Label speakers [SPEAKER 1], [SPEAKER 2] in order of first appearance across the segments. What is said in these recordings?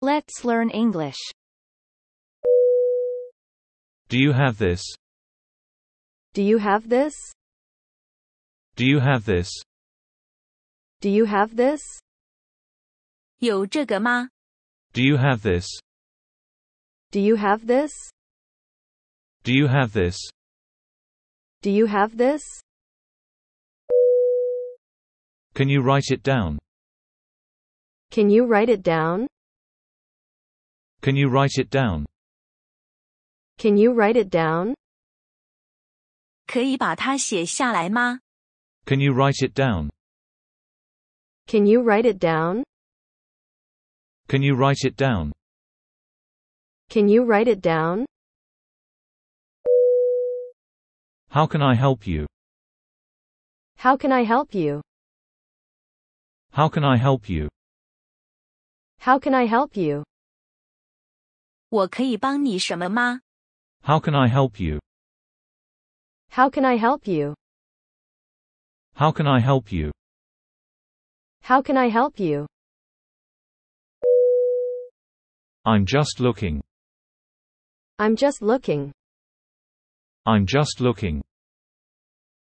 [SPEAKER 1] Let's learn English.
[SPEAKER 2] Do you have this?
[SPEAKER 1] Do you have this?
[SPEAKER 2] Do you have this?
[SPEAKER 1] Do you have this? 有这个吗？
[SPEAKER 2] Do you have this?
[SPEAKER 1] Do you have this?
[SPEAKER 2] Do you have this?
[SPEAKER 1] Do you have this?
[SPEAKER 2] Can you write it down?
[SPEAKER 1] Can you write it down?
[SPEAKER 2] Can you write it down?
[SPEAKER 1] Can you write it down?
[SPEAKER 3] 可以把它写下来吗？
[SPEAKER 2] Can you write it down?
[SPEAKER 1] Can you write it down?
[SPEAKER 2] Can you write it down?
[SPEAKER 1] Can you write it down?
[SPEAKER 2] How can I help you?
[SPEAKER 1] How can I help you?
[SPEAKER 2] How can I help you?
[SPEAKER 1] How can I help you?
[SPEAKER 3] 我可以帮你什么吗？
[SPEAKER 2] How can I help you?
[SPEAKER 1] How can I help you?
[SPEAKER 2] How can I help you?
[SPEAKER 1] How can I help you?
[SPEAKER 2] I'm just looking.
[SPEAKER 1] I'm just looking.
[SPEAKER 2] I'm just looking.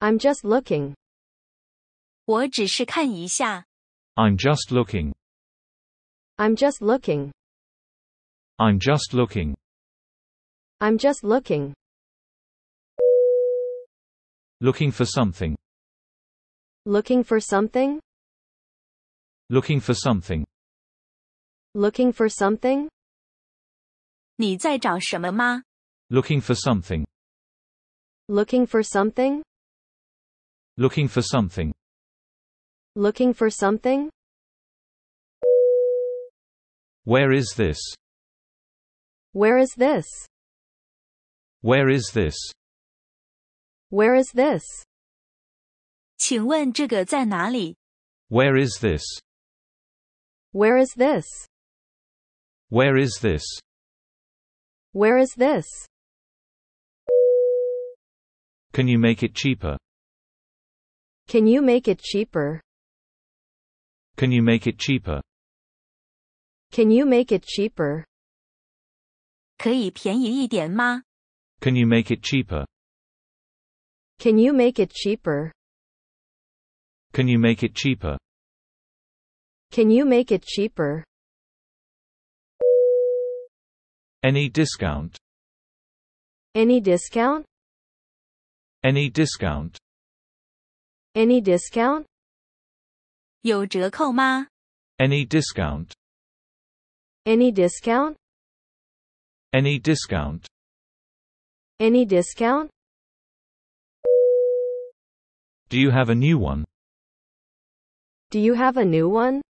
[SPEAKER 1] I'm just looking.
[SPEAKER 3] 我只是看一下。
[SPEAKER 2] I'm just looking.
[SPEAKER 1] I'm just looking.
[SPEAKER 2] I'm just looking.
[SPEAKER 1] I'm just looking.
[SPEAKER 2] Looking for something.
[SPEAKER 1] Looking for something?
[SPEAKER 2] Looking for something.
[SPEAKER 1] Looking for something?
[SPEAKER 3] 你在找什么吗？
[SPEAKER 2] Looking for something.
[SPEAKER 1] Looking for something?
[SPEAKER 2] Looking for something.
[SPEAKER 1] Looking for something?
[SPEAKER 2] Where is this?
[SPEAKER 1] Where is this?
[SPEAKER 2] Where is this?
[SPEAKER 1] Where is this?
[SPEAKER 3] 请问这个在哪里？
[SPEAKER 2] Where is this?
[SPEAKER 1] Where is this?
[SPEAKER 2] Where is this?
[SPEAKER 1] Where is this?
[SPEAKER 2] Can you make it cheaper?
[SPEAKER 1] Can you make it cheaper?
[SPEAKER 2] Can you make it cheaper?
[SPEAKER 1] Can you make it cheaper?
[SPEAKER 3] 可以便宜一点吗？
[SPEAKER 2] Can you make it cheaper?
[SPEAKER 1] Can you make it cheaper?
[SPEAKER 2] Can you make it cheaper?
[SPEAKER 1] Can you make it cheaper?
[SPEAKER 2] Any discount?
[SPEAKER 1] Any discount?
[SPEAKER 2] Any discount?
[SPEAKER 1] Any discount?
[SPEAKER 3] 有折扣吗？
[SPEAKER 2] Any discount?
[SPEAKER 1] Any discount?
[SPEAKER 2] Any discount?
[SPEAKER 1] Any discount?
[SPEAKER 2] Do you have a new one?
[SPEAKER 1] Do you have a new one?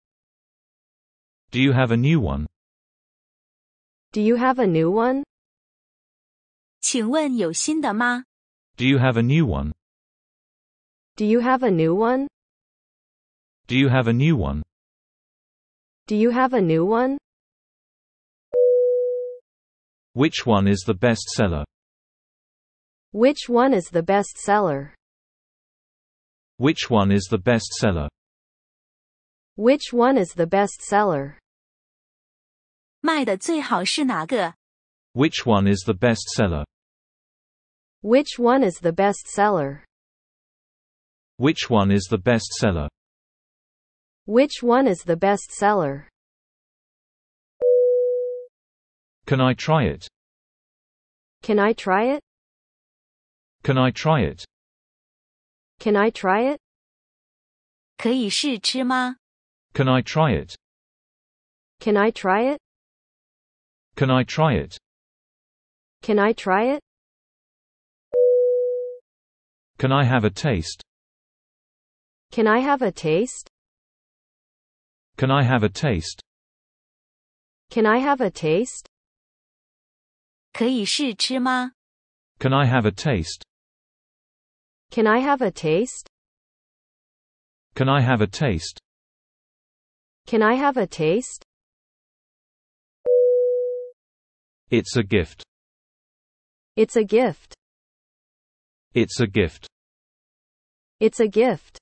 [SPEAKER 2] Do you have a new one?
[SPEAKER 1] Do you have a new one?
[SPEAKER 3] 请问有新的吗？
[SPEAKER 2] Do you have a new one?
[SPEAKER 1] Do you have a new one?
[SPEAKER 2] Do you have a new one?
[SPEAKER 1] Do you have a new one?
[SPEAKER 2] Which one is the best seller?
[SPEAKER 1] Which one is the best seller?
[SPEAKER 2] Which one is the best seller?
[SPEAKER 1] Which one is the best seller?
[SPEAKER 3] 卖的最好是哪个？
[SPEAKER 2] Which one is the best seller?
[SPEAKER 1] Which one is the best seller?
[SPEAKER 2] Which one is the best seller?
[SPEAKER 1] Which one is the best seller?
[SPEAKER 2] Can I try it?
[SPEAKER 1] Can I try it?
[SPEAKER 2] Can I try it?
[SPEAKER 1] Can I try it?
[SPEAKER 3] 可以试吃吗？
[SPEAKER 2] Can I try it?
[SPEAKER 1] Can I try it?
[SPEAKER 2] Can I try it?
[SPEAKER 1] Can I try it?
[SPEAKER 2] Can I have a taste?
[SPEAKER 1] Can I have a taste?
[SPEAKER 2] Can I have a taste?
[SPEAKER 1] Can I have a taste?
[SPEAKER 3] 可以试吃吗？
[SPEAKER 2] Can I have a taste?
[SPEAKER 1] Can I have a taste?
[SPEAKER 2] Can I have a taste?
[SPEAKER 1] Can I have a taste?
[SPEAKER 2] It's a gift.
[SPEAKER 1] It's a gift.
[SPEAKER 2] It's a gift.
[SPEAKER 1] It's a gift.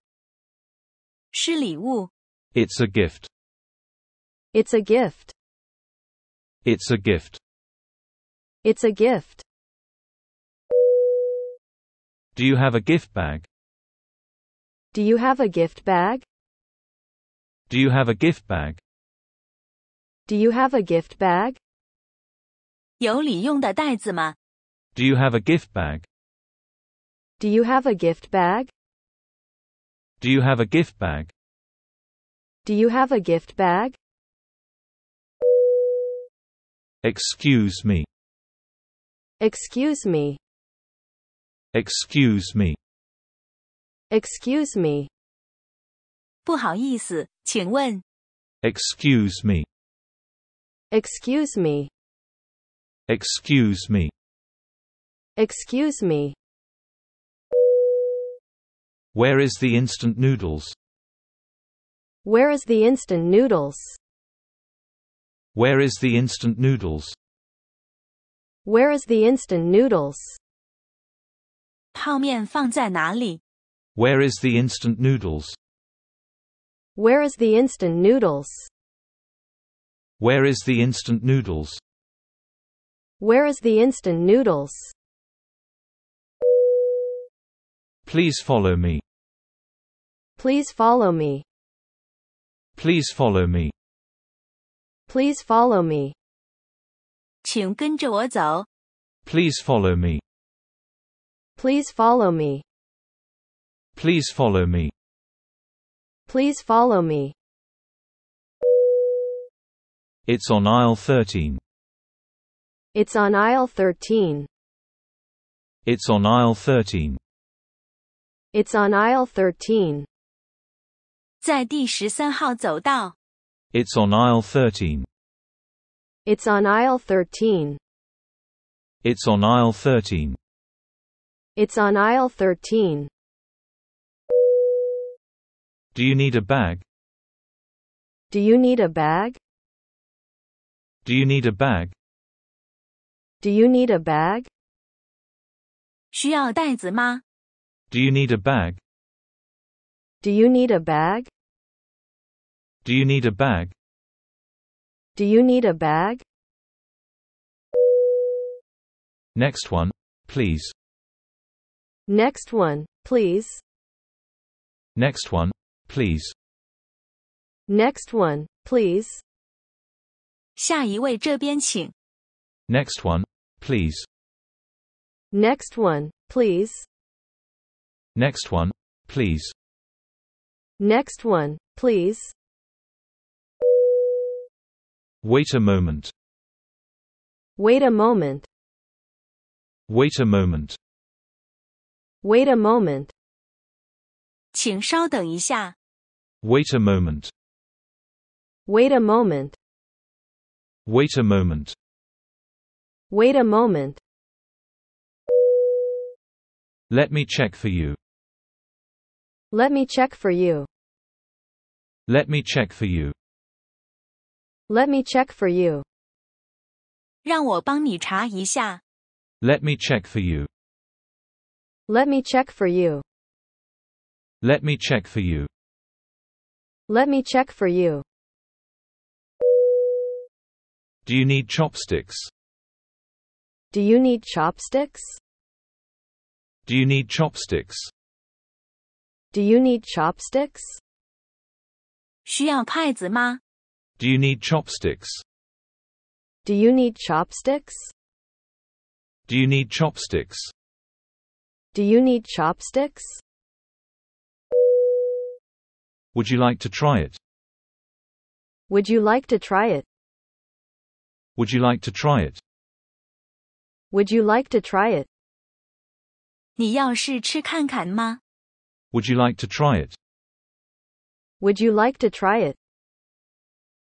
[SPEAKER 3] 是礼物。
[SPEAKER 2] It's a gift.
[SPEAKER 1] It's a gift.
[SPEAKER 2] It's a gift.
[SPEAKER 1] It's a gift.
[SPEAKER 2] Do you have a gift bag?
[SPEAKER 1] Do you have a gift bag?
[SPEAKER 2] Do you have a gift bag?
[SPEAKER 1] Do you have a gift bag?
[SPEAKER 3] 有礼用的袋子吗？
[SPEAKER 2] Do you have a gift bag?
[SPEAKER 1] Do you have a gift bag?
[SPEAKER 2] Do you have a gift bag?
[SPEAKER 1] Do you have a gift bag?
[SPEAKER 2] Excuse me.
[SPEAKER 1] Excuse me.
[SPEAKER 2] Excuse me.
[SPEAKER 1] Excuse me.
[SPEAKER 3] 不好意思，请问
[SPEAKER 2] Excuse me.
[SPEAKER 1] Excuse me.
[SPEAKER 2] Excuse me.
[SPEAKER 1] Excuse me.
[SPEAKER 2] Where is the instant noodles?
[SPEAKER 1] Where is the instant noodles?
[SPEAKER 2] Where is the instant noodles?
[SPEAKER 1] Where is the instant noodles?
[SPEAKER 3] 泡面放在哪里？
[SPEAKER 2] Where is the instant noodles?
[SPEAKER 1] Where is the instant noodles?
[SPEAKER 2] Where is the instant noodles?
[SPEAKER 1] Where is the instant noodles?
[SPEAKER 2] Please follow me.
[SPEAKER 1] Please follow me.
[SPEAKER 2] Please follow me.
[SPEAKER 1] Please follow me.
[SPEAKER 3] 请跟着我走。
[SPEAKER 2] Please follow me.
[SPEAKER 1] Please follow me.
[SPEAKER 2] Please follow me.
[SPEAKER 1] Please follow me.
[SPEAKER 2] It's on aisle 13.
[SPEAKER 1] It's on aisle 13.
[SPEAKER 2] It's on aisle 13.
[SPEAKER 1] It's on aisle 13.
[SPEAKER 3] 在第十三号走道，
[SPEAKER 2] It's on aisle 13.
[SPEAKER 1] It's on aisle 13.
[SPEAKER 2] It's on aisle 13.
[SPEAKER 1] It's on aisle 13.
[SPEAKER 2] Do you need a bag?
[SPEAKER 1] Do you need a bag?
[SPEAKER 2] Do you need a bag?
[SPEAKER 1] Do you need a bag?
[SPEAKER 3] 需要袋子吗？
[SPEAKER 2] Do you need a bag?
[SPEAKER 1] Do you need a bag?
[SPEAKER 2] Do you need a bag?
[SPEAKER 1] Do you need a bag?
[SPEAKER 2] Next one, please.
[SPEAKER 1] Next one, please.
[SPEAKER 2] Next one, please.
[SPEAKER 1] Next one, please.
[SPEAKER 3] 下一位这边请。
[SPEAKER 2] Next one, please.
[SPEAKER 1] Next one, please.
[SPEAKER 2] Next one, please.
[SPEAKER 1] Next one, please.
[SPEAKER 2] Wait a moment.
[SPEAKER 1] Wait a moment.
[SPEAKER 2] Wait a moment.
[SPEAKER 1] Wait a moment.
[SPEAKER 3] 请稍等一下，
[SPEAKER 2] Wait a moment.
[SPEAKER 1] Wait a moment.
[SPEAKER 2] Wait a moment.
[SPEAKER 1] Wait a moment.
[SPEAKER 2] Let me check for you.
[SPEAKER 1] Let me check for you.
[SPEAKER 2] Let me check for you.
[SPEAKER 1] Let me check for you.
[SPEAKER 3] 让我帮你查一下。
[SPEAKER 2] Let me check for you.
[SPEAKER 1] Let me check for you.
[SPEAKER 2] Let me check for you.
[SPEAKER 1] Let me check for you.
[SPEAKER 2] Do you need chopsticks?
[SPEAKER 1] Do you need chopsticks?
[SPEAKER 2] Do you need chopsticks?
[SPEAKER 1] Do you need chopsticks?
[SPEAKER 3] 需要筷子吗？
[SPEAKER 2] Do you need chopsticks?
[SPEAKER 1] Do you need chopsticks?
[SPEAKER 2] Do you need chopsticks?
[SPEAKER 1] Do you need chopsticks?
[SPEAKER 2] Would you like to try it?
[SPEAKER 1] Would you like to try it?
[SPEAKER 2] Would you like to try it?
[SPEAKER 1] Would you like to try it?
[SPEAKER 3] 你要试吃看看吗？
[SPEAKER 2] Would you like to try it?
[SPEAKER 1] Would you like to try it?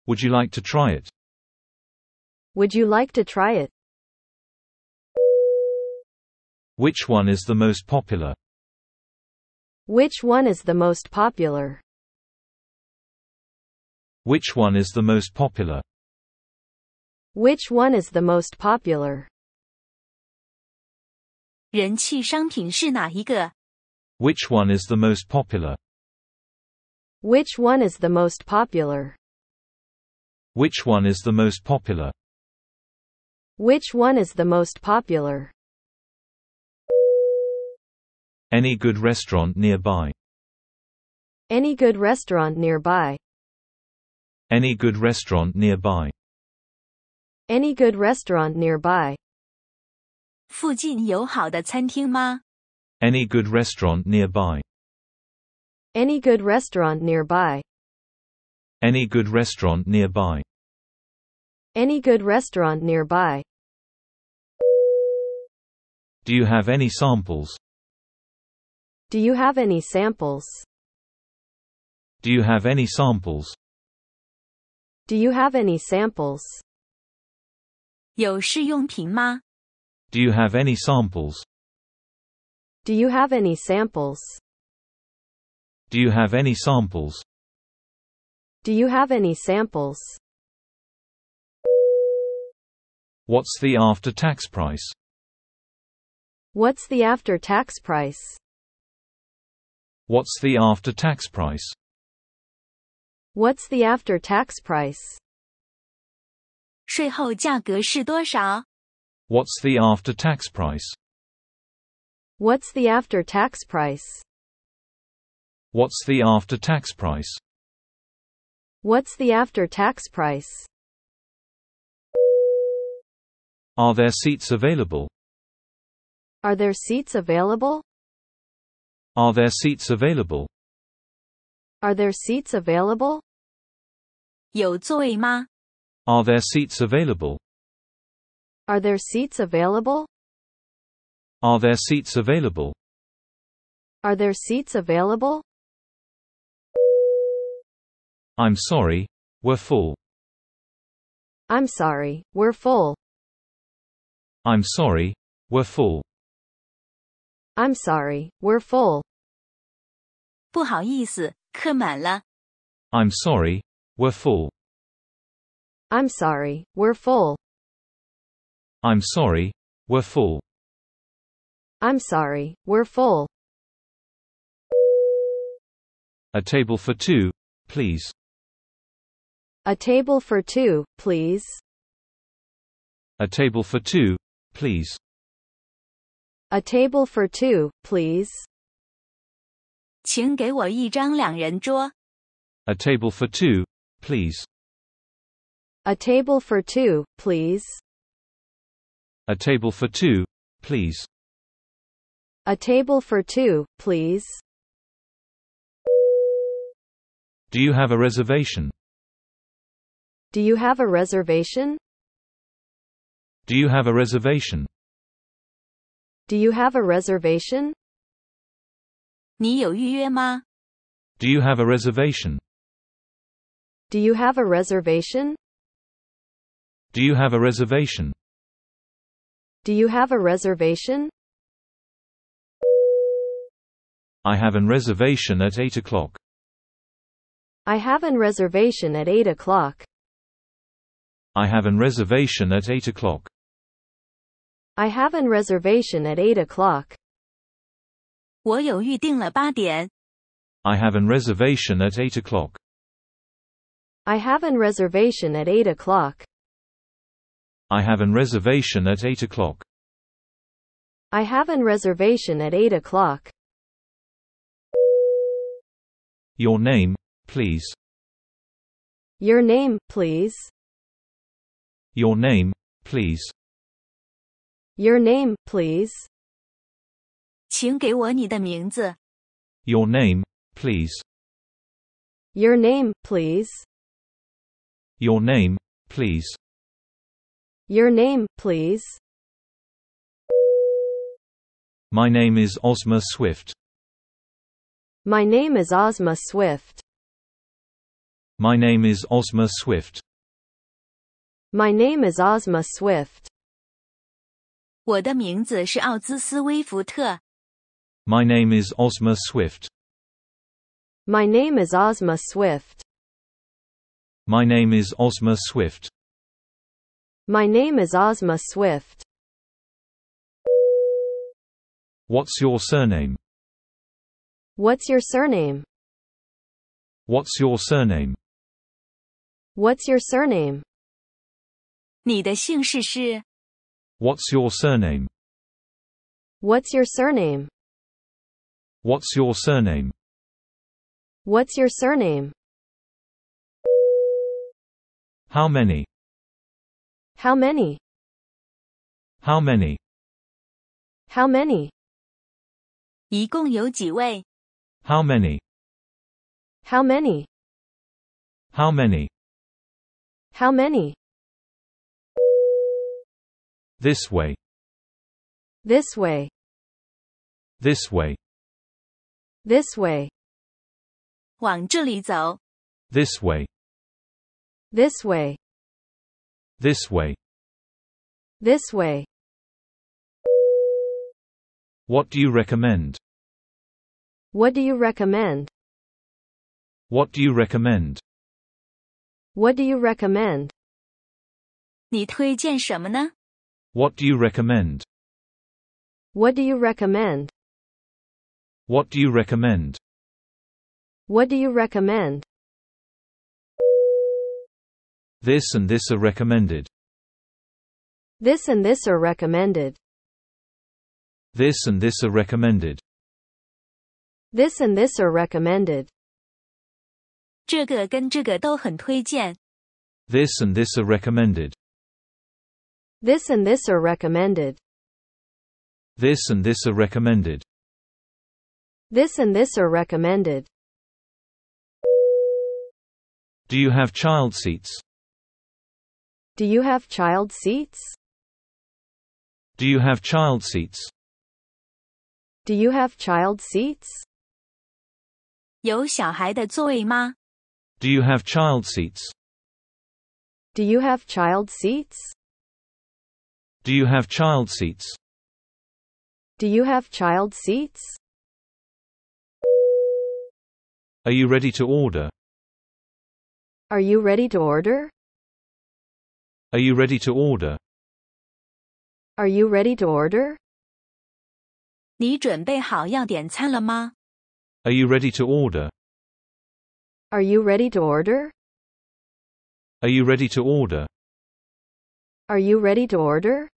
[SPEAKER 2] Would you like to try it?
[SPEAKER 1] Would you like to try it?
[SPEAKER 2] Which one is the most popular?
[SPEAKER 1] Which one is the most popular?
[SPEAKER 2] Which one is the most popular?
[SPEAKER 1] Which one is the most popular?
[SPEAKER 3] 人气商品是哪一个？
[SPEAKER 2] Which one is the most popular?
[SPEAKER 1] Which one is the most popular?
[SPEAKER 2] Which one is the most popular?
[SPEAKER 1] Which one is the most popular?
[SPEAKER 2] Any good restaurant nearby?
[SPEAKER 1] Any good restaurant nearby?
[SPEAKER 2] Any good restaurant nearby?
[SPEAKER 1] Any good restaurant nearby?
[SPEAKER 3] 附近有好的餐厅吗？
[SPEAKER 2] Any good restaurant nearby?
[SPEAKER 1] Any good restaurant nearby?
[SPEAKER 2] Any good restaurant nearby?
[SPEAKER 1] Any good restaurant nearby?
[SPEAKER 2] Do you have any samples?
[SPEAKER 1] Do you have any samples?
[SPEAKER 2] Do you have any samples?
[SPEAKER 1] Do you have any samples?
[SPEAKER 3] 有试用品吗？
[SPEAKER 2] Do you have any samples?
[SPEAKER 1] Do you have any samples?
[SPEAKER 2] Do you have any samples?
[SPEAKER 1] Do you have any samples?
[SPEAKER 2] What's the after tax price?
[SPEAKER 1] What's the after tax price?
[SPEAKER 2] What's the after tax price?
[SPEAKER 1] What's the after tax price?
[SPEAKER 3] 税后价格是多少？
[SPEAKER 2] What's the after tax price?
[SPEAKER 1] What's the after tax price?
[SPEAKER 2] What's the after tax price?
[SPEAKER 1] What's the after tax price?
[SPEAKER 2] Are there seats available?
[SPEAKER 1] Are there seats available?
[SPEAKER 2] Are there seats available?
[SPEAKER 1] Are there seats available?
[SPEAKER 3] 有座位吗？
[SPEAKER 2] Are there seats available?
[SPEAKER 1] Are there seats available?
[SPEAKER 2] Are there seats available?
[SPEAKER 1] Are there seats available?
[SPEAKER 2] I'm sorry, we're full.
[SPEAKER 1] I'm sorry, we're full.
[SPEAKER 2] I'm sorry, we're full.
[SPEAKER 1] I'm sorry, we're full.
[SPEAKER 3] 不好意思，客满了。
[SPEAKER 2] I'm sorry, we're full.
[SPEAKER 1] I'm sorry, we're full.
[SPEAKER 2] I'm sorry, we're full.
[SPEAKER 1] I'm sorry, we're full.
[SPEAKER 2] A table for two, please.
[SPEAKER 1] A table for two, please.
[SPEAKER 2] A table for two, please.
[SPEAKER 1] A table for two, please.
[SPEAKER 3] 请给我一张两人桌。
[SPEAKER 2] A table for two, please.
[SPEAKER 1] A table for two, please.
[SPEAKER 2] A table for two, please.
[SPEAKER 1] A table for two, please.
[SPEAKER 2] Do you have a reservation?
[SPEAKER 1] Do you have a reservation?
[SPEAKER 2] Do you have a reservation?
[SPEAKER 1] Do you have a reservation?
[SPEAKER 3] 你有预约吗？
[SPEAKER 2] Do you have a reservation?
[SPEAKER 1] Do you have a reservation?
[SPEAKER 2] Do you have a reservation?
[SPEAKER 1] Do you have a reservation?
[SPEAKER 2] I have an reservation at 8 o'clock.
[SPEAKER 1] I have an reservation at 8 o'clock.
[SPEAKER 2] I have an reservation at 8 o'clock.
[SPEAKER 1] I have an reservation at 8 o'clock.
[SPEAKER 3] 我有预定了八点。
[SPEAKER 2] I have an reservation at 8 o'clock.
[SPEAKER 1] I have an reservation at 8 o'clock.
[SPEAKER 2] I have an reservation at 8 o'clock.
[SPEAKER 1] I have an reservation at 8 o'clock.
[SPEAKER 2] Your name, please.
[SPEAKER 1] Your name, please.
[SPEAKER 2] Your name, please.
[SPEAKER 1] Your name, please.
[SPEAKER 3] 请给我你的名字。
[SPEAKER 2] Your name, please.
[SPEAKER 1] Your name, please.
[SPEAKER 2] Your name, please.
[SPEAKER 1] Your name, please.
[SPEAKER 2] My name is Ozma Swift.
[SPEAKER 1] My name is Ozma Swift.
[SPEAKER 2] My name is Ozma Swift.
[SPEAKER 1] My name is Ozma Swift.
[SPEAKER 3] 我的名字是奥兹斯威福特。
[SPEAKER 2] My name is Ozma Swift.
[SPEAKER 1] My name is Ozma Swift.
[SPEAKER 2] My name is Ozma Swift.
[SPEAKER 1] My name is Ozma Swift.
[SPEAKER 2] What's your surname?
[SPEAKER 1] What's your surname?
[SPEAKER 2] What's your surname?
[SPEAKER 1] What's your surname?
[SPEAKER 3] 你的姓氏是？
[SPEAKER 2] What's your surname?
[SPEAKER 1] What's your surname?
[SPEAKER 2] What's your surname?
[SPEAKER 1] What's your surname?
[SPEAKER 2] How many?
[SPEAKER 1] How many?
[SPEAKER 2] How many?
[SPEAKER 1] How many?
[SPEAKER 3] 一共有几位？
[SPEAKER 2] How many?
[SPEAKER 1] How many?
[SPEAKER 2] How many?
[SPEAKER 1] How many?
[SPEAKER 2] This way.
[SPEAKER 1] This way.
[SPEAKER 2] This way.
[SPEAKER 1] This way.
[SPEAKER 3] 往这里走，
[SPEAKER 2] This way.
[SPEAKER 1] This way.
[SPEAKER 2] This way.
[SPEAKER 1] This way.
[SPEAKER 2] What do you recommend?
[SPEAKER 1] What do you recommend?
[SPEAKER 2] What do you recommend?
[SPEAKER 1] What do you recommend?
[SPEAKER 3] 你推荐什么呢？
[SPEAKER 2] What do you recommend?
[SPEAKER 1] What do you recommend?
[SPEAKER 2] What do you recommend?
[SPEAKER 1] What do you recommend?
[SPEAKER 2] This and this are recommended.
[SPEAKER 1] This and this are recommended.
[SPEAKER 2] This and this are recommended.
[SPEAKER 1] This and this are recommended.
[SPEAKER 3] 这个跟这个都很推荐。
[SPEAKER 2] This and this are recommended.
[SPEAKER 1] This and this are recommended.
[SPEAKER 2] This and this are recommended.
[SPEAKER 1] This and this are recommended.
[SPEAKER 2] Do you have child seats?
[SPEAKER 1] Do you have child seats?
[SPEAKER 2] Do you have child seats?
[SPEAKER 1] Do you have child seats?
[SPEAKER 3] 有小孩的座位吗？
[SPEAKER 2] Do you have child seats?
[SPEAKER 1] Do you have child seats?
[SPEAKER 2] Do you have child seats?
[SPEAKER 1] Do you have child seats?
[SPEAKER 2] Are you ready to order?
[SPEAKER 1] Are you ready to order?
[SPEAKER 2] Are you ready to order?
[SPEAKER 1] Are you ready to order?
[SPEAKER 3] 你准备好要点餐了吗？
[SPEAKER 2] Are you ready to order?
[SPEAKER 1] Are you ready to order?
[SPEAKER 2] Are you ready to order?
[SPEAKER 1] Are you ready to order?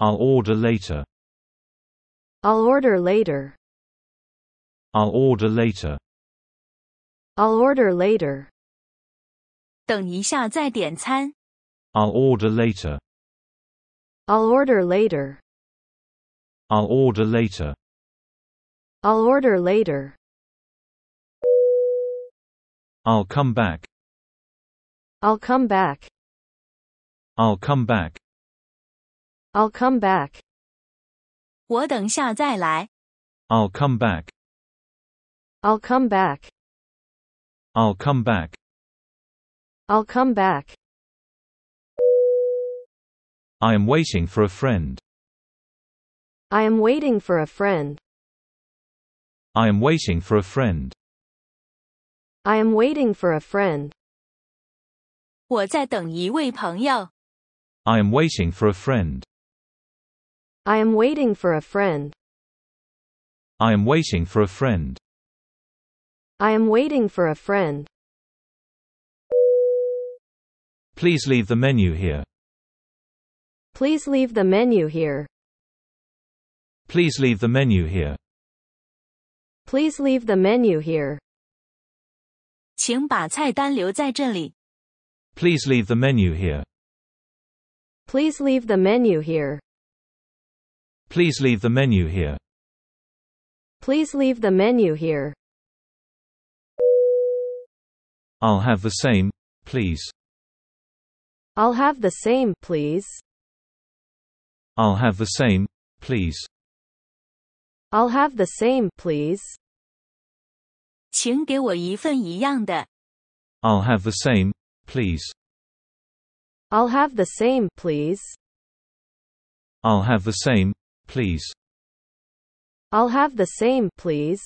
[SPEAKER 2] I'll order later.
[SPEAKER 1] I'll order later.
[SPEAKER 2] I'll order later.
[SPEAKER 1] I'll order later.
[SPEAKER 3] 等一下再点餐。
[SPEAKER 2] I'll order later.
[SPEAKER 1] I'll order later.
[SPEAKER 2] I'll order later.
[SPEAKER 1] I'll order later.
[SPEAKER 2] I'll come back.
[SPEAKER 1] I'll come back.
[SPEAKER 2] I'll come back.
[SPEAKER 1] I'll come back.
[SPEAKER 3] 我等下再来。
[SPEAKER 2] I'll come back.
[SPEAKER 1] I'll come back.
[SPEAKER 2] I'll come back.
[SPEAKER 1] I'll come back.
[SPEAKER 2] I am waiting for a friend.
[SPEAKER 1] I am waiting for a friend.
[SPEAKER 2] I am waiting for a friend.
[SPEAKER 1] I am waiting for a friend.
[SPEAKER 3] 我在等一位朋友。
[SPEAKER 2] I am waiting for a friend.
[SPEAKER 1] I am waiting for a friend.
[SPEAKER 2] I am waiting for a friend.
[SPEAKER 1] I am waiting for a friend.
[SPEAKER 2] Please leave the menu here.
[SPEAKER 1] Please leave the menu here.
[SPEAKER 2] Please leave the menu here.
[SPEAKER 1] Please leave the menu here.
[SPEAKER 3] 请把菜单留在这里。
[SPEAKER 2] Please leave the menu here.
[SPEAKER 1] Please leave the menu here.
[SPEAKER 2] Please leave the menu here.
[SPEAKER 1] Please leave the menu here.
[SPEAKER 2] I'll have the same, please.
[SPEAKER 1] I'll have the same, please.
[SPEAKER 2] I'll have the same, please.
[SPEAKER 1] I'll have the same, please.
[SPEAKER 3] 请给我一份一样的。
[SPEAKER 2] I'll have the same, please.
[SPEAKER 1] I'll have the same, please.
[SPEAKER 2] I'll have the same, please.
[SPEAKER 1] I'll have the same, please.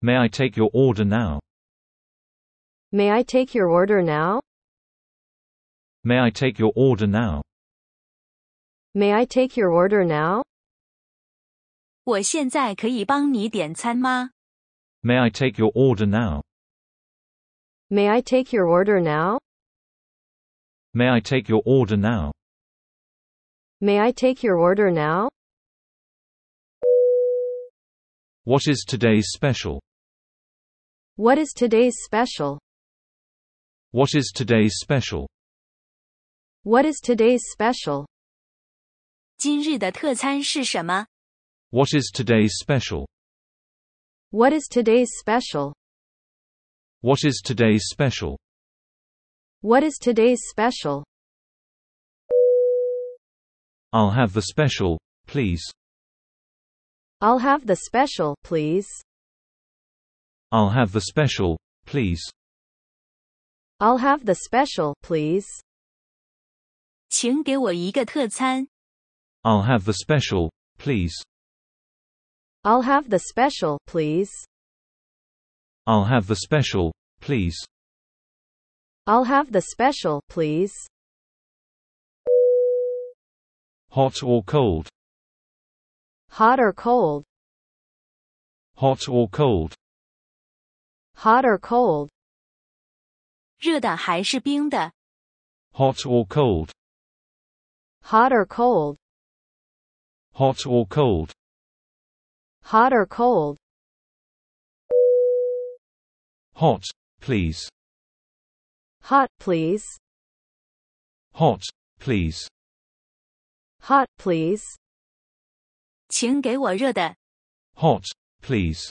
[SPEAKER 2] May I take your order now?
[SPEAKER 1] May I take your order now?
[SPEAKER 2] May I take your order now?
[SPEAKER 1] May I take your order now?
[SPEAKER 3] 我现在可以帮你点餐吗？
[SPEAKER 2] May I take your order now?
[SPEAKER 1] May I take your order now?
[SPEAKER 2] May I take your order now?
[SPEAKER 1] May I take your order now?
[SPEAKER 2] What is today's special?
[SPEAKER 1] What is today's special?
[SPEAKER 2] What is today's special?
[SPEAKER 1] What is today's special?
[SPEAKER 3] 今日的特餐是什么？
[SPEAKER 2] What is today's special?
[SPEAKER 1] What is today's special?
[SPEAKER 2] What is today's special?
[SPEAKER 1] What is today's special?
[SPEAKER 2] I'll have the special, please.
[SPEAKER 1] I'll have the special, please.
[SPEAKER 2] I'll have the special, please.
[SPEAKER 1] I'll have the special, please.
[SPEAKER 3] 请给我一个特餐。
[SPEAKER 2] I'll have the special, please.
[SPEAKER 1] I'll have the special, please.
[SPEAKER 2] I'll have the special, please.
[SPEAKER 1] I'll have the special, please.
[SPEAKER 2] Hot or cold?
[SPEAKER 1] Hot or cold?
[SPEAKER 2] Hot or cold?
[SPEAKER 1] Hot or cold?
[SPEAKER 3] 热的还是冰的？
[SPEAKER 2] Hot or cold?
[SPEAKER 1] Hot or cold?
[SPEAKER 2] Hot or cold?
[SPEAKER 1] Hot or cold?
[SPEAKER 2] Hot, please.
[SPEAKER 1] Hot, please.
[SPEAKER 2] Hot, please.
[SPEAKER 1] Hot, please.
[SPEAKER 3] 请给我热的。
[SPEAKER 2] Hot, please.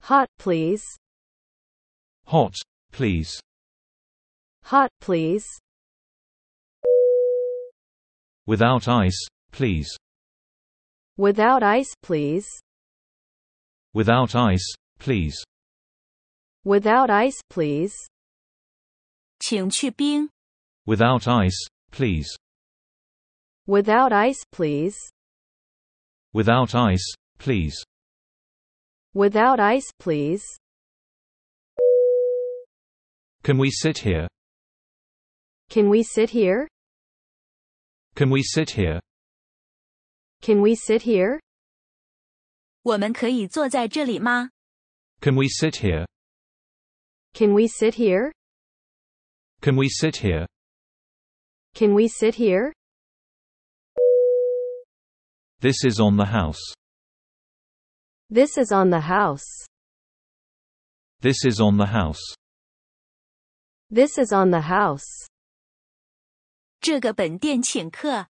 [SPEAKER 1] Hot, please.
[SPEAKER 2] Hot, please.
[SPEAKER 1] Hot, please.
[SPEAKER 2] Without ice, please.
[SPEAKER 1] Without ice, please.
[SPEAKER 2] Without ice, please.
[SPEAKER 1] Without ice, please.
[SPEAKER 3] 请去冰。
[SPEAKER 2] Without ice, please.
[SPEAKER 1] Without ice, please.
[SPEAKER 2] Without ice, please.
[SPEAKER 1] Without ice, please.
[SPEAKER 2] Can we sit here?
[SPEAKER 1] Can we sit here?
[SPEAKER 2] Can we sit here?
[SPEAKER 1] Can we sit here?
[SPEAKER 3] 我们可以坐在这里吗？
[SPEAKER 2] Can we sit here?
[SPEAKER 1] Can we sit here?
[SPEAKER 2] Can we sit here?
[SPEAKER 1] Can we sit here?
[SPEAKER 2] This is on the house.
[SPEAKER 1] This is on the house.
[SPEAKER 2] This is on the house.
[SPEAKER 1] This is on the house.
[SPEAKER 3] 这个本店请客。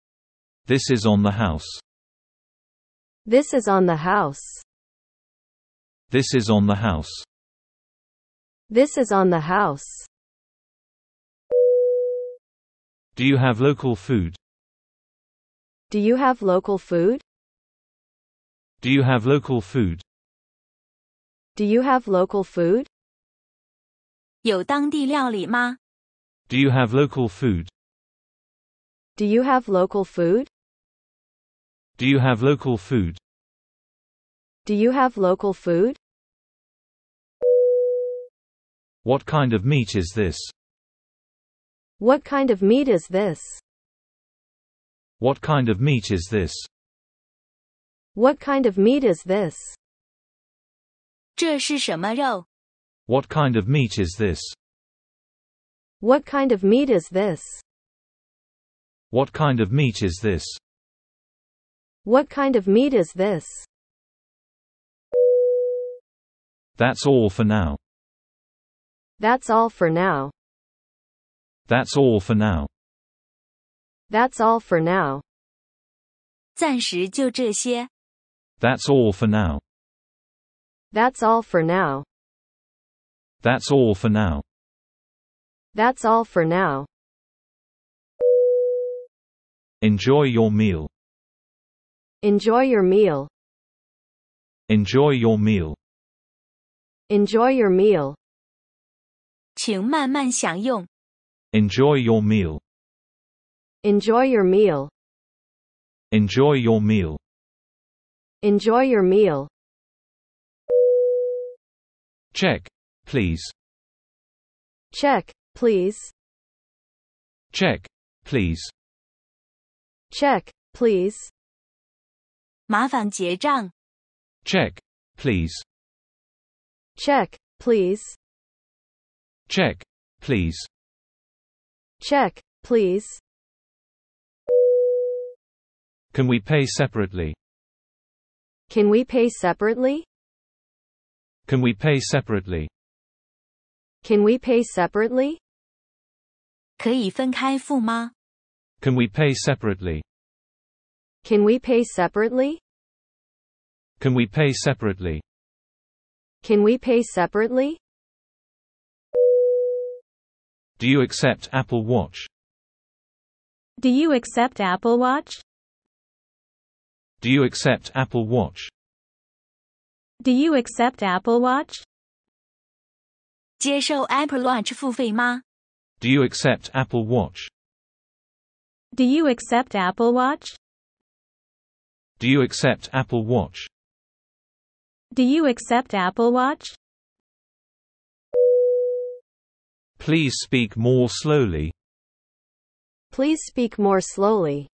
[SPEAKER 2] This is on the house.
[SPEAKER 1] This is on the house.
[SPEAKER 2] This is on the house.
[SPEAKER 1] This is on the house.
[SPEAKER 2] Do you have local food?
[SPEAKER 1] Do you have local food?
[SPEAKER 2] Do you have local food?
[SPEAKER 1] Do you have local food?
[SPEAKER 3] 有当地料理吗？
[SPEAKER 2] Do you have local food?
[SPEAKER 1] Do you have local food?
[SPEAKER 2] Do you have local food?
[SPEAKER 1] Do you have local food?
[SPEAKER 2] What kind of meat is this?
[SPEAKER 1] What kind of meat is this?
[SPEAKER 2] What kind of meat is this?
[SPEAKER 1] What kind of meat is this?
[SPEAKER 3] 这是什么肉？
[SPEAKER 2] What kind of meat is this?
[SPEAKER 1] What kind of meat is this?
[SPEAKER 2] What kind of meat is this?
[SPEAKER 1] What kind of meat is this?
[SPEAKER 2] That's all for now.
[SPEAKER 1] That's all for now.
[SPEAKER 2] That's all for now.
[SPEAKER 1] That's all for now.
[SPEAKER 3] 暂时就这些。
[SPEAKER 2] That's all for now.
[SPEAKER 1] That's all for now.
[SPEAKER 2] That's all for now.
[SPEAKER 1] That's all for now.
[SPEAKER 2] Enjoy your meal.
[SPEAKER 1] Enjoy your meal.
[SPEAKER 2] Enjoy your meal.
[SPEAKER 1] Enjoy your meal.
[SPEAKER 3] 请慢慢享用。
[SPEAKER 2] Enjoy your meal.
[SPEAKER 1] Enjoy your meal.
[SPEAKER 2] Enjoy your meal.
[SPEAKER 1] Enjoy your meal.
[SPEAKER 2] Check, please.
[SPEAKER 1] Check, please.
[SPEAKER 2] Check, please.
[SPEAKER 1] Check, please.
[SPEAKER 3] 麻烦结账。
[SPEAKER 2] Check, please.
[SPEAKER 1] Check, please.
[SPEAKER 2] Check, please.
[SPEAKER 1] Check, please.
[SPEAKER 2] Can we pay separately?
[SPEAKER 1] Can we pay separately?
[SPEAKER 2] Can we pay separately?
[SPEAKER 1] Can we pay separately?
[SPEAKER 3] 可以分开付吗？
[SPEAKER 2] Can we pay separately?
[SPEAKER 1] Can we pay separately?
[SPEAKER 2] Can we pay separately?
[SPEAKER 1] Can we pay separately?
[SPEAKER 2] Do you accept Apple Watch?
[SPEAKER 4] Do you accept Apple Watch?
[SPEAKER 2] Do you accept Apple Watch?
[SPEAKER 4] Do you accept Apple Watch?
[SPEAKER 3] 接受 Apple Watch 付费吗？
[SPEAKER 2] Do you accept Apple Watch?
[SPEAKER 4] Do you accept Apple Watch?
[SPEAKER 2] Do you accept Apple Watch?
[SPEAKER 4] Do you accept Apple Watch?
[SPEAKER 2] Please speak more slowly.
[SPEAKER 1] Please speak more slowly.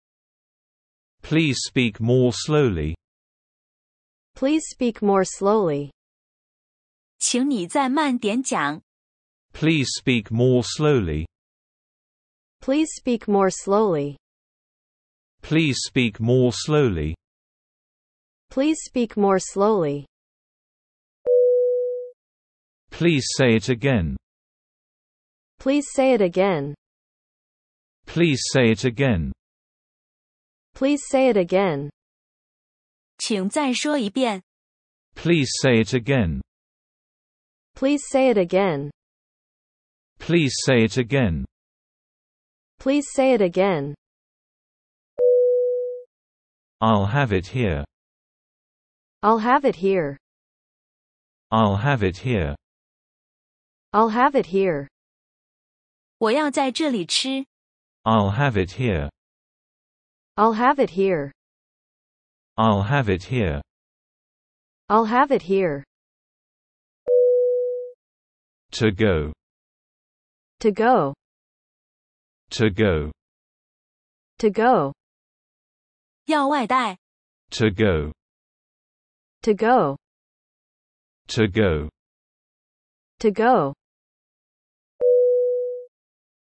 [SPEAKER 2] Please speak more slowly.
[SPEAKER 1] Please speak more slowly.
[SPEAKER 3] 请你再慢点讲。
[SPEAKER 2] Please speak more slowly.
[SPEAKER 1] Please speak more slowly.
[SPEAKER 2] Please speak more slowly.
[SPEAKER 1] Please speak more slowly.
[SPEAKER 2] Please say it again.
[SPEAKER 1] Please say it again.
[SPEAKER 2] Please say it again.
[SPEAKER 1] Please say it again.
[SPEAKER 3] 请再说一遍。
[SPEAKER 2] Please say it again.
[SPEAKER 1] Please say it again.
[SPEAKER 2] Please say it again.
[SPEAKER 1] Please say it again.
[SPEAKER 2] I'll have it here.
[SPEAKER 1] I'll have it here.
[SPEAKER 2] I'll have it here.
[SPEAKER 1] I'll have it here.
[SPEAKER 3] 我要在这里吃。
[SPEAKER 2] I'll have it here.
[SPEAKER 1] I'll have it here.
[SPEAKER 2] I'll have it here.
[SPEAKER 1] I'll have it here.
[SPEAKER 2] To go.
[SPEAKER 1] To go.
[SPEAKER 2] To go.
[SPEAKER 1] To go.
[SPEAKER 3] 要外带。
[SPEAKER 2] To go.
[SPEAKER 1] To go.
[SPEAKER 2] To go.
[SPEAKER 1] To go.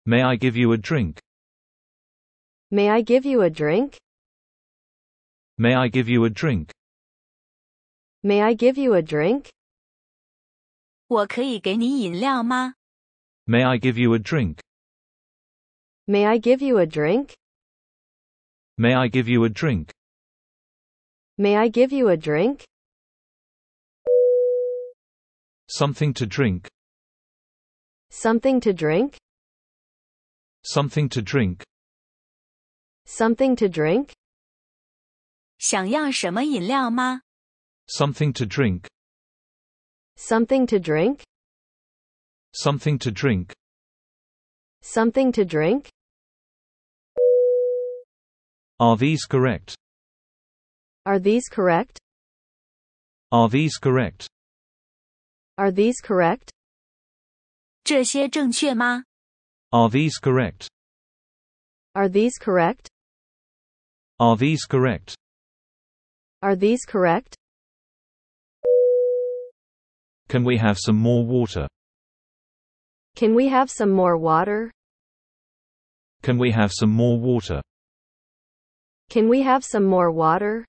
[SPEAKER 2] May I give you a drink?
[SPEAKER 1] May I give you a drink?
[SPEAKER 2] May I give you a drink?
[SPEAKER 1] May I give you a drink?
[SPEAKER 3] 我可以给你饮料吗？
[SPEAKER 2] May I give you a drink?
[SPEAKER 1] May I give you a drink?
[SPEAKER 2] May I give you a drink?
[SPEAKER 1] May I give you a drink?
[SPEAKER 2] Something to drink.
[SPEAKER 1] Something to drink?
[SPEAKER 2] Something to drink.
[SPEAKER 1] Something to drink?
[SPEAKER 3] 想要什么饮料吗？
[SPEAKER 2] Something to drink.
[SPEAKER 1] Something to drink?
[SPEAKER 2] Something to drink.
[SPEAKER 1] Something to drink?
[SPEAKER 2] Are these correct?
[SPEAKER 1] Are these correct?
[SPEAKER 2] Are these correct?
[SPEAKER 1] Are these correct?
[SPEAKER 3] 这些正确吗？
[SPEAKER 2] Are these correct?
[SPEAKER 1] Are these correct?
[SPEAKER 2] Are these correct?
[SPEAKER 1] Are these correct?
[SPEAKER 2] Can we have some more water?
[SPEAKER 1] Can we have some more water?
[SPEAKER 2] Can we have some more water?
[SPEAKER 1] Can we have some more water?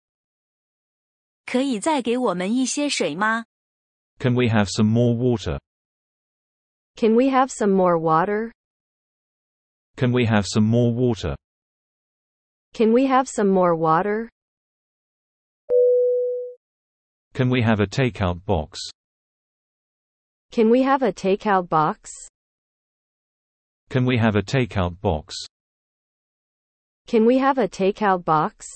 [SPEAKER 3] 可以再给我们一些水吗？
[SPEAKER 2] Can we have some more water?
[SPEAKER 1] Can we have some more water?
[SPEAKER 2] Can we have some more water?
[SPEAKER 1] Can we have some more water?
[SPEAKER 2] Can we have a takeout box?
[SPEAKER 1] Can we have a takeout box?
[SPEAKER 2] Can we have a takeout box?
[SPEAKER 1] Can we have a takeout box?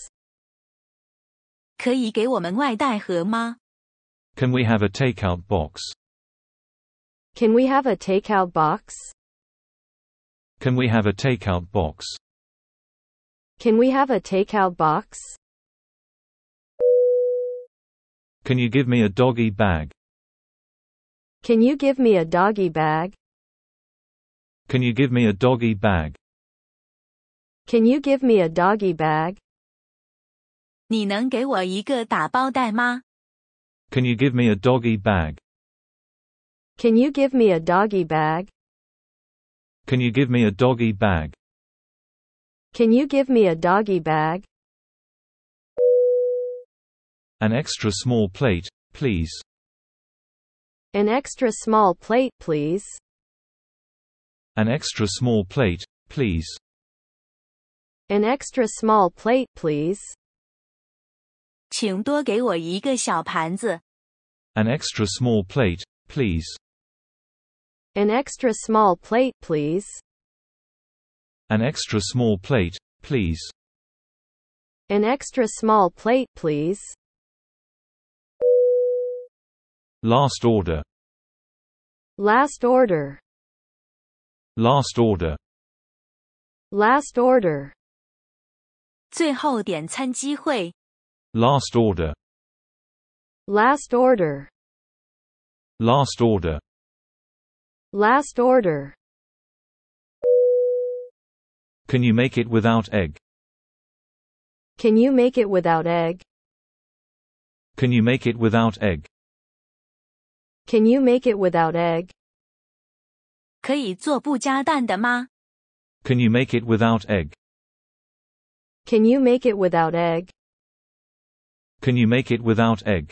[SPEAKER 3] 可以给我们外带盒吗？
[SPEAKER 2] Can we have a takeout box?
[SPEAKER 1] Can we have a takeout box?
[SPEAKER 2] Can we have a takeout box?
[SPEAKER 1] Can we have a takeout box?
[SPEAKER 2] Can you give me a doggy bag?
[SPEAKER 1] Can you give me a doggy bag?
[SPEAKER 2] Can you give me a doggy bag?
[SPEAKER 1] Can you give me a doggy bag?
[SPEAKER 3] 你能给我一个打包袋吗？
[SPEAKER 2] Can you give me a doggy bag?
[SPEAKER 1] Can you give me a doggy bag?
[SPEAKER 2] Can you give me a doggy bag?
[SPEAKER 1] Can you give me a doggy bag?
[SPEAKER 2] An extra small plate, please.
[SPEAKER 1] An extra small plate, please.
[SPEAKER 2] An extra small plate, please.
[SPEAKER 1] An extra small plate, please.
[SPEAKER 3] 请多给我一个小盘子。
[SPEAKER 2] An extra small plate, please.
[SPEAKER 1] An extra small plate, please.
[SPEAKER 2] An extra small plate, please.
[SPEAKER 1] An extra small plate, please.
[SPEAKER 2] Last order.
[SPEAKER 1] Last order.
[SPEAKER 2] Last order.
[SPEAKER 1] Last order.
[SPEAKER 3] 最后点餐机会。
[SPEAKER 2] Last order.
[SPEAKER 1] Last order.
[SPEAKER 2] Last order.
[SPEAKER 1] Last order.
[SPEAKER 2] Can you make it without egg?
[SPEAKER 1] Can you make it without egg?
[SPEAKER 2] Can you make it without egg?
[SPEAKER 1] Can you make it without egg?
[SPEAKER 3] 可以做不加蛋的吗？
[SPEAKER 2] Can you make it without egg?
[SPEAKER 1] Can you make it without egg?
[SPEAKER 2] Can you make it without egg?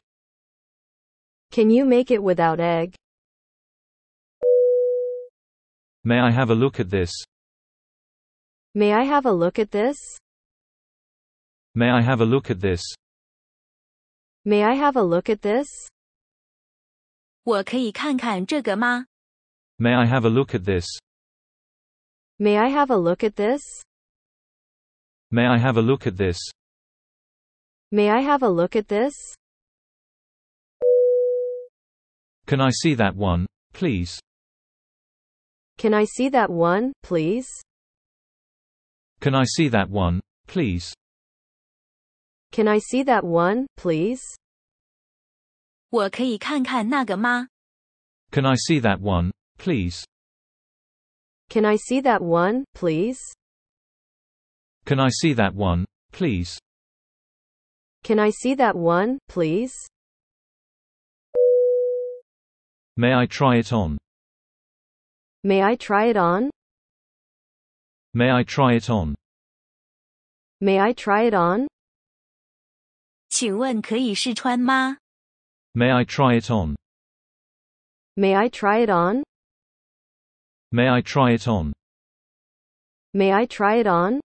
[SPEAKER 1] Can you make it without egg?
[SPEAKER 2] May I have a look at this?
[SPEAKER 1] May I have a look at this?
[SPEAKER 2] May I have a look at this?
[SPEAKER 1] May I have a look at this?
[SPEAKER 3] 我可以看看这个吗？
[SPEAKER 2] May I have a look at this?
[SPEAKER 1] May I have a look at this?
[SPEAKER 2] May I have a look at this?
[SPEAKER 1] May I have a look at this?
[SPEAKER 2] Can I see that one, please?
[SPEAKER 1] Can I see that one, please?
[SPEAKER 2] Can I see that one, please?
[SPEAKER 1] Can I see that one, please?
[SPEAKER 3] 我可以看看那个吗？
[SPEAKER 2] Can I see that one, please?
[SPEAKER 1] Can I see that one, please?
[SPEAKER 2] Can I see that one, please?
[SPEAKER 1] Can I see that one, please?
[SPEAKER 2] May I try it on?
[SPEAKER 1] May I try it on?
[SPEAKER 2] May I try it on?
[SPEAKER 1] May I try it on?
[SPEAKER 3] 请问可以试穿吗？
[SPEAKER 2] May I try it on?
[SPEAKER 1] May I try it on?
[SPEAKER 2] May I try it on?
[SPEAKER 1] May I try it on?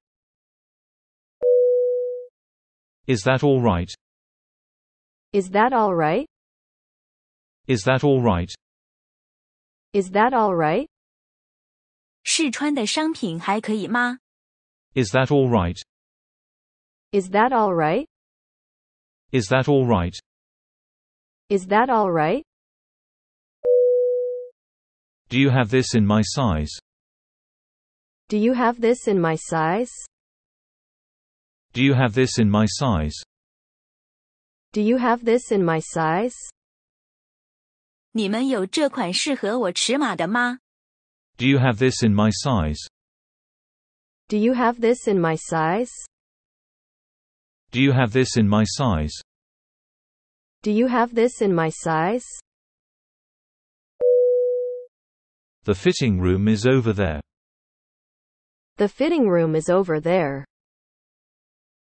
[SPEAKER 2] Is that all right?
[SPEAKER 1] Is that all right?
[SPEAKER 2] Is that all right?
[SPEAKER 1] Is that all right?
[SPEAKER 3] 试穿的商品还可以吗？
[SPEAKER 2] Is that all right?
[SPEAKER 1] Is that all right?
[SPEAKER 2] Is that all right?
[SPEAKER 1] Is that all right?
[SPEAKER 2] Do you have this in my size?
[SPEAKER 1] Do you have this in my size?
[SPEAKER 2] Do you have this in my size?
[SPEAKER 1] Do you have this in my size?
[SPEAKER 3] 你们有这款适合我尺码的吗？
[SPEAKER 2] Do you have this in my size?
[SPEAKER 1] Do you have this in my size?
[SPEAKER 2] Do you have this in my size?
[SPEAKER 1] Do you have this in my size?
[SPEAKER 2] The fitting room is over there.
[SPEAKER 1] The fitting room is over there.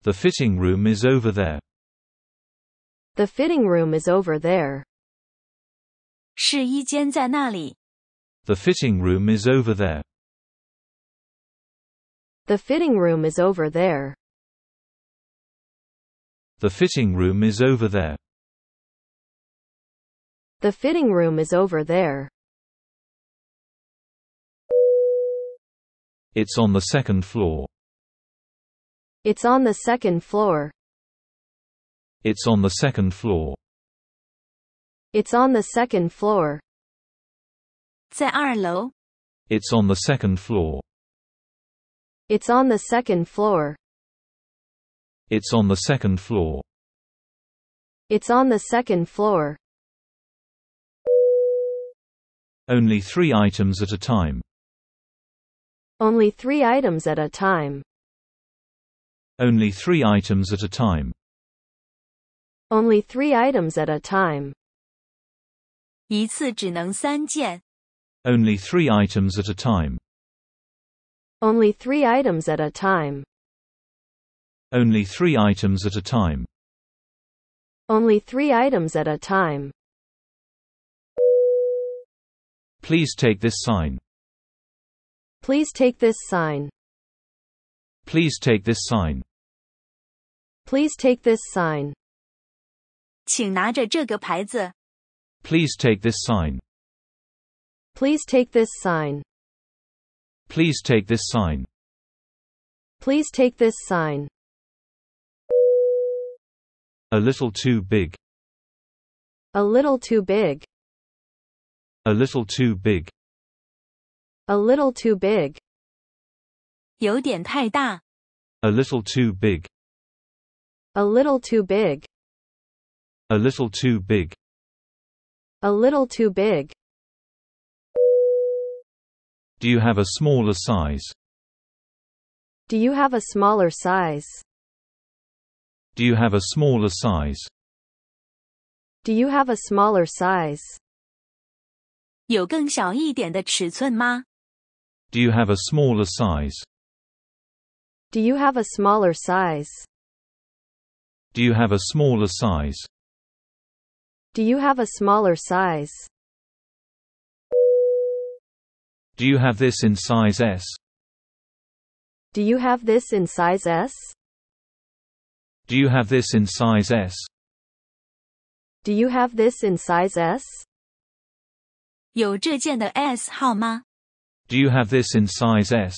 [SPEAKER 2] The fitting room is over there.
[SPEAKER 1] The fitting room is over there.
[SPEAKER 3] 试衣间在那里。
[SPEAKER 2] The fitting room is over there.
[SPEAKER 1] The fitting room is over there.
[SPEAKER 2] The fitting room is over there.
[SPEAKER 1] The fitting room is over there.
[SPEAKER 2] It's on the second floor.
[SPEAKER 1] It's on the second floor.
[SPEAKER 2] It's on the second floor.
[SPEAKER 1] It's on the second floor.
[SPEAKER 3] 在二楼，
[SPEAKER 2] It's on the second floor.
[SPEAKER 1] It's on the second floor.
[SPEAKER 2] It's on the second floor.
[SPEAKER 1] It's on the second floor.
[SPEAKER 2] Only three items at a time.
[SPEAKER 1] Only three items at a time.
[SPEAKER 2] Only three items at a time.
[SPEAKER 1] Only three items at a time.
[SPEAKER 3] 一次只能三件。
[SPEAKER 2] Only three items at a time.
[SPEAKER 1] Only three items at a time.
[SPEAKER 2] Only three items at a time.
[SPEAKER 1] Only three items at a time.
[SPEAKER 2] Please take this sign.
[SPEAKER 1] Please take this sign.
[SPEAKER 2] Please take this sign.
[SPEAKER 1] Please take this sign.
[SPEAKER 3] 请拿着这个牌子。
[SPEAKER 2] Please take this sign.
[SPEAKER 1] Please take this sign.
[SPEAKER 2] Please take this sign.
[SPEAKER 1] Please take this sign.
[SPEAKER 2] A little too big.
[SPEAKER 1] A little too big.
[SPEAKER 2] A little too big.
[SPEAKER 1] A little too big.
[SPEAKER 3] 有点太大。
[SPEAKER 2] A little too big.
[SPEAKER 1] A little too big.
[SPEAKER 2] A little too big.
[SPEAKER 1] A little too big.
[SPEAKER 2] Do you have a smaller size?
[SPEAKER 1] Do you have a smaller size?
[SPEAKER 2] Do you have a smaller size?
[SPEAKER 1] Do you have a smaller size?
[SPEAKER 3] 有更小一点的尺寸吗？
[SPEAKER 2] Do you have a smaller size?
[SPEAKER 1] Do you have a smaller size?
[SPEAKER 2] Do you have a smaller size?
[SPEAKER 1] Do you have a smaller size?
[SPEAKER 2] Do you have this in size S?
[SPEAKER 1] Do you have this in size S?
[SPEAKER 2] Do you have this in size S?
[SPEAKER 1] Do you have this in size S?
[SPEAKER 3] 有这件的 S 号吗？
[SPEAKER 2] Do you have this in size S?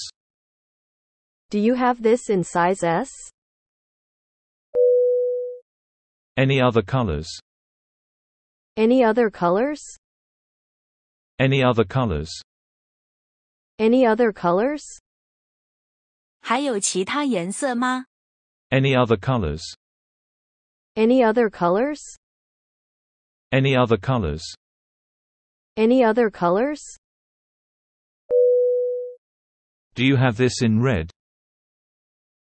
[SPEAKER 1] Do you have this in size S?
[SPEAKER 2] Any other colors?
[SPEAKER 1] Any other colors?
[SPEAKER 2] Any other colors?
[SPEAKER 1] Any other colors?
[SPEAKER 3] 还有其他颜色吗？
[SPEAKER 2] Any other colors?
[SPEAKER 1] Any other colors?
[SPEAKER 2] Any other colors?
[SPEAKER 1] Any other colors?
[SPEAKER 2] Do you have this in red?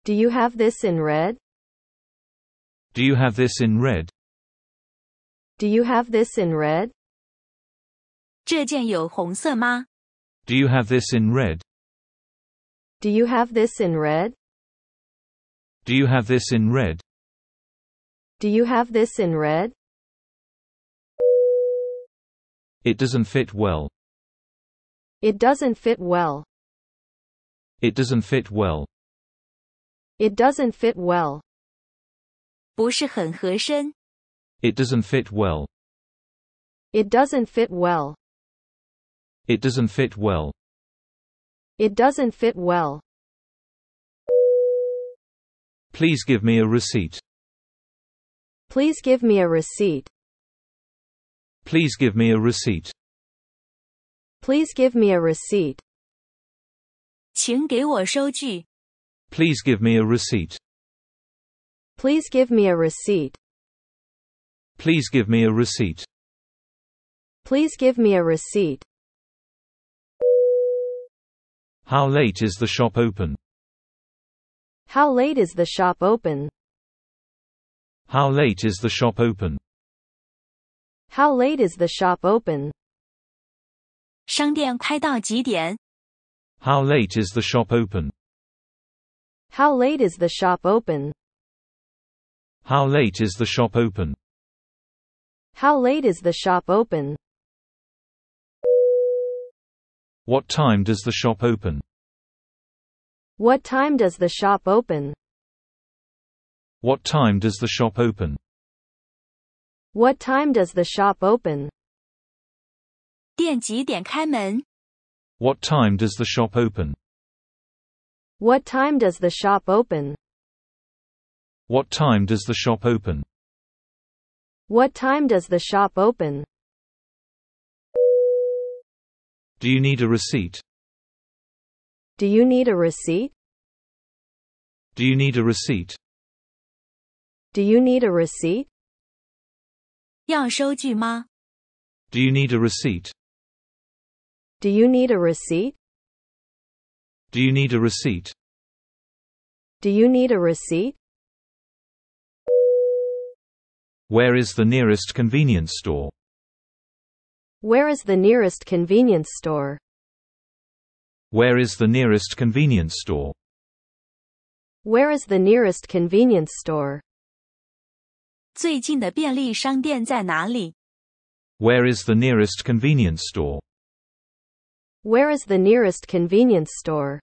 [SPEAKER 1] Do you have this in red?
[SPEAKER 2] Do you have this in red?
[SPEAKER 1] Do you have this in red?
[SPEAKER 3] 这件有红色吗？
[SPEAKER 2] Do you have this in red?
[SPEAKER 1] Do you have this in red?
[SPEAKER 2] Do you have this in red?
[SPEAKER 1] Do you have this in red?
[SPEAKER 2] It doesn't fit well.
[SPEAKER 1] It doesn't fit well.
[SPEAKER 2] It doesn't fit well.
[SPEAKER 1] It doesn't fit well.
[SPEAKER 3] 不是很合身。
[SPEAKER 2] It doesn't fit well.
[SPEAKER 1] It doesn't fit well.
[SPEAKER 2] It doesn't fit well.
[SPEAKER 1] It doesn't fit well.
[SPEAKER 2] Please give me a receipt.
[SPEAKER 1] Please give me a receipt.
[SPEAKER 2] Please give me a receipt.
[SPEAKER 1] Please give me a receipt.
[SPEAKER 3] 请给我收据。
[SPEAKER 2] Please give me a receipt.
[SPEAKER 1] Please give me a receipt.
[SPEAKER 2] Please give me a receipt.
[SPEAKER 1] Please give me a receipt.
[SPEAKER 2] How late is the shop open?
[SPEAKER 1] How late is the shop open?
[SPEAKER 2] How late is the shop open?
[SPEAKER 1] How late is the shop open?
[SPEAKER 3] 商店开到几点？
[SPEAKER 2] How late is the shop open?
[SPEAKER 1] How late is the shop open?
[SPEAKER 2] How late is the shop open?
[SPEAKER 1] How late is the shop open?
[SPEAKER 2] What time does the shop open?
[SPEAKER 1] What time does the shop open?
[SPEAKER 2] What time does the shop open?
[SPEAKER 1] What time does the shop open?
[SPEAKER 3] 店几点开门？
[SPEAKER 2] What time does the shop open?
[SPEAKER 1] What time does the shop open?
[SPEAKER 2] What time does the shop open?
[SPEAKER 1] What time does the shop open?
[SPEAKER 2] Do you need a receipt?
[SPEAKER 1] Do you need a receipt?
[SPEAKER 2] Do you need a receipt?
[SPEAKER 1] Do you need a receipt?
[SPEAKER 3] 要收据吗？
[SPEAKER 2] Do you need a receipt?
[SPEAKER 1] Do you need a receipt?
[SPEAKER 2] Do you need a receipt?
[SPEAKER 1] Do you need a receipt?
[SPEAKER 2] Where is the nearest convenience store?
[SPEAKER 1] Where is the nearest convenience store?
[SPEAKER 2] Where is the nearest convenience store?
[SPEAKER 1] Where is the nearest convenience store?
[SPEAKER 3] 最近的便利商店在哪里？
[SPEAKER 2] Where is the nearest convenience store?
[SPEAKER 1] Where is the nearest convenience store?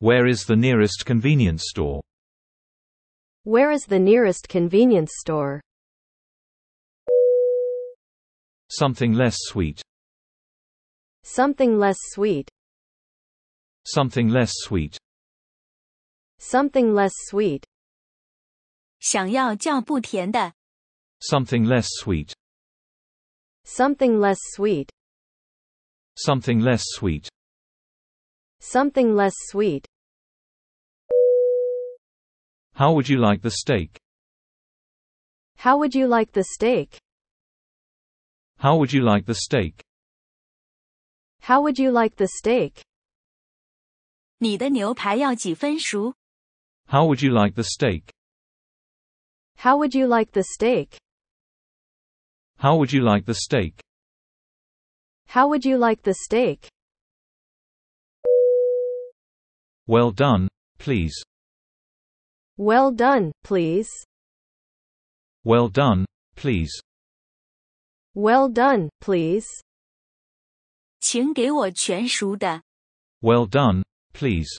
[SPEAKER 2] Where is the nearest convenience store?
[SPEAKER 1] Where is the nearest convenience store?
[SPEAKER 2] Something less sweet.
[SPEAKER 1] Something less sweet.
[SPEAKER 2] Something less sweet.
[SPEAKER 1] Something less sweet.
[SPEAKER 3] 想要较不甜的，
[SPEAKER 2] Something less sweet.
[SPEAKER 1] Something less sweet.
[SPEAKER 2] Something less sweet.
[SPEAKER 1] Something less sweet.
[SPEAKER 2] How would you like the steak?
[SPEAKER 1] How would you like the steak?
[SPEAKER 2] How would you like the steak?
[SPEAKER 1] How would you like the steak?
[SPEAKER 3] 你的牛排要几分熟？
[SPEAKER 2] How would you like the steak?
[SPEAKER 1] How would you like the steak?
[SPEAKER 2] How would you like the steak?
[SPEAKER 1] How would you like the steak?
[SPEAKER 2] Well done, please.
[SPEAKER 1] Well done, please.
[SPEAKER 2] Well done, please.
[SPEAKER 1] Well done, please.
[SPEAKER 3] 请给我全熟的。
[SPEAKER 2] Well done, please.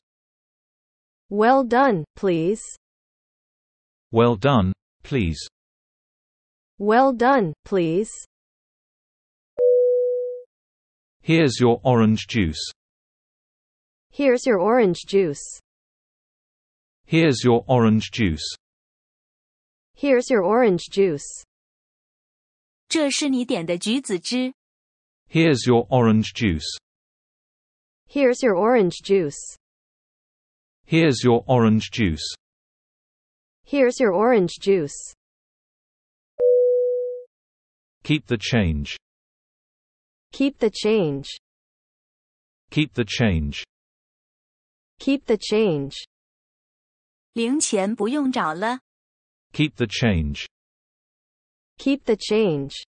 [SPEAKER 1] Well done, please.
[SPEAKER 2] Well done, please.
[SPEAKER 1] Well done, please.
[SPEAKER 2] Here's your orange juice.
[SPEAKER 1] Here's your orange juice.
[SPEAKER 2] Here's your orange juice.
[SPEAKER 1] Here's your orange juice.
[SPEAKER 3] 这是你点的橘子汁。
[SPEAKER 2] Here's your orange juice.
[SPEAKER 1] Here's your orange juice.
[SPEAKER 2] Here's your orange juice.
[SPEAKER 1] Here's your orange juice.
[SPEAKER 2] Keep the change.
[SPEAKER 1] Keep the change.
[SPEAKER 2] Keep the change.
[SPEAKER 1] Keep the change.
[SPEAKER 3] 零钱不用找了。
[SPEAKER 2] Keep the change.
[SPEAKER 1] Keep the change.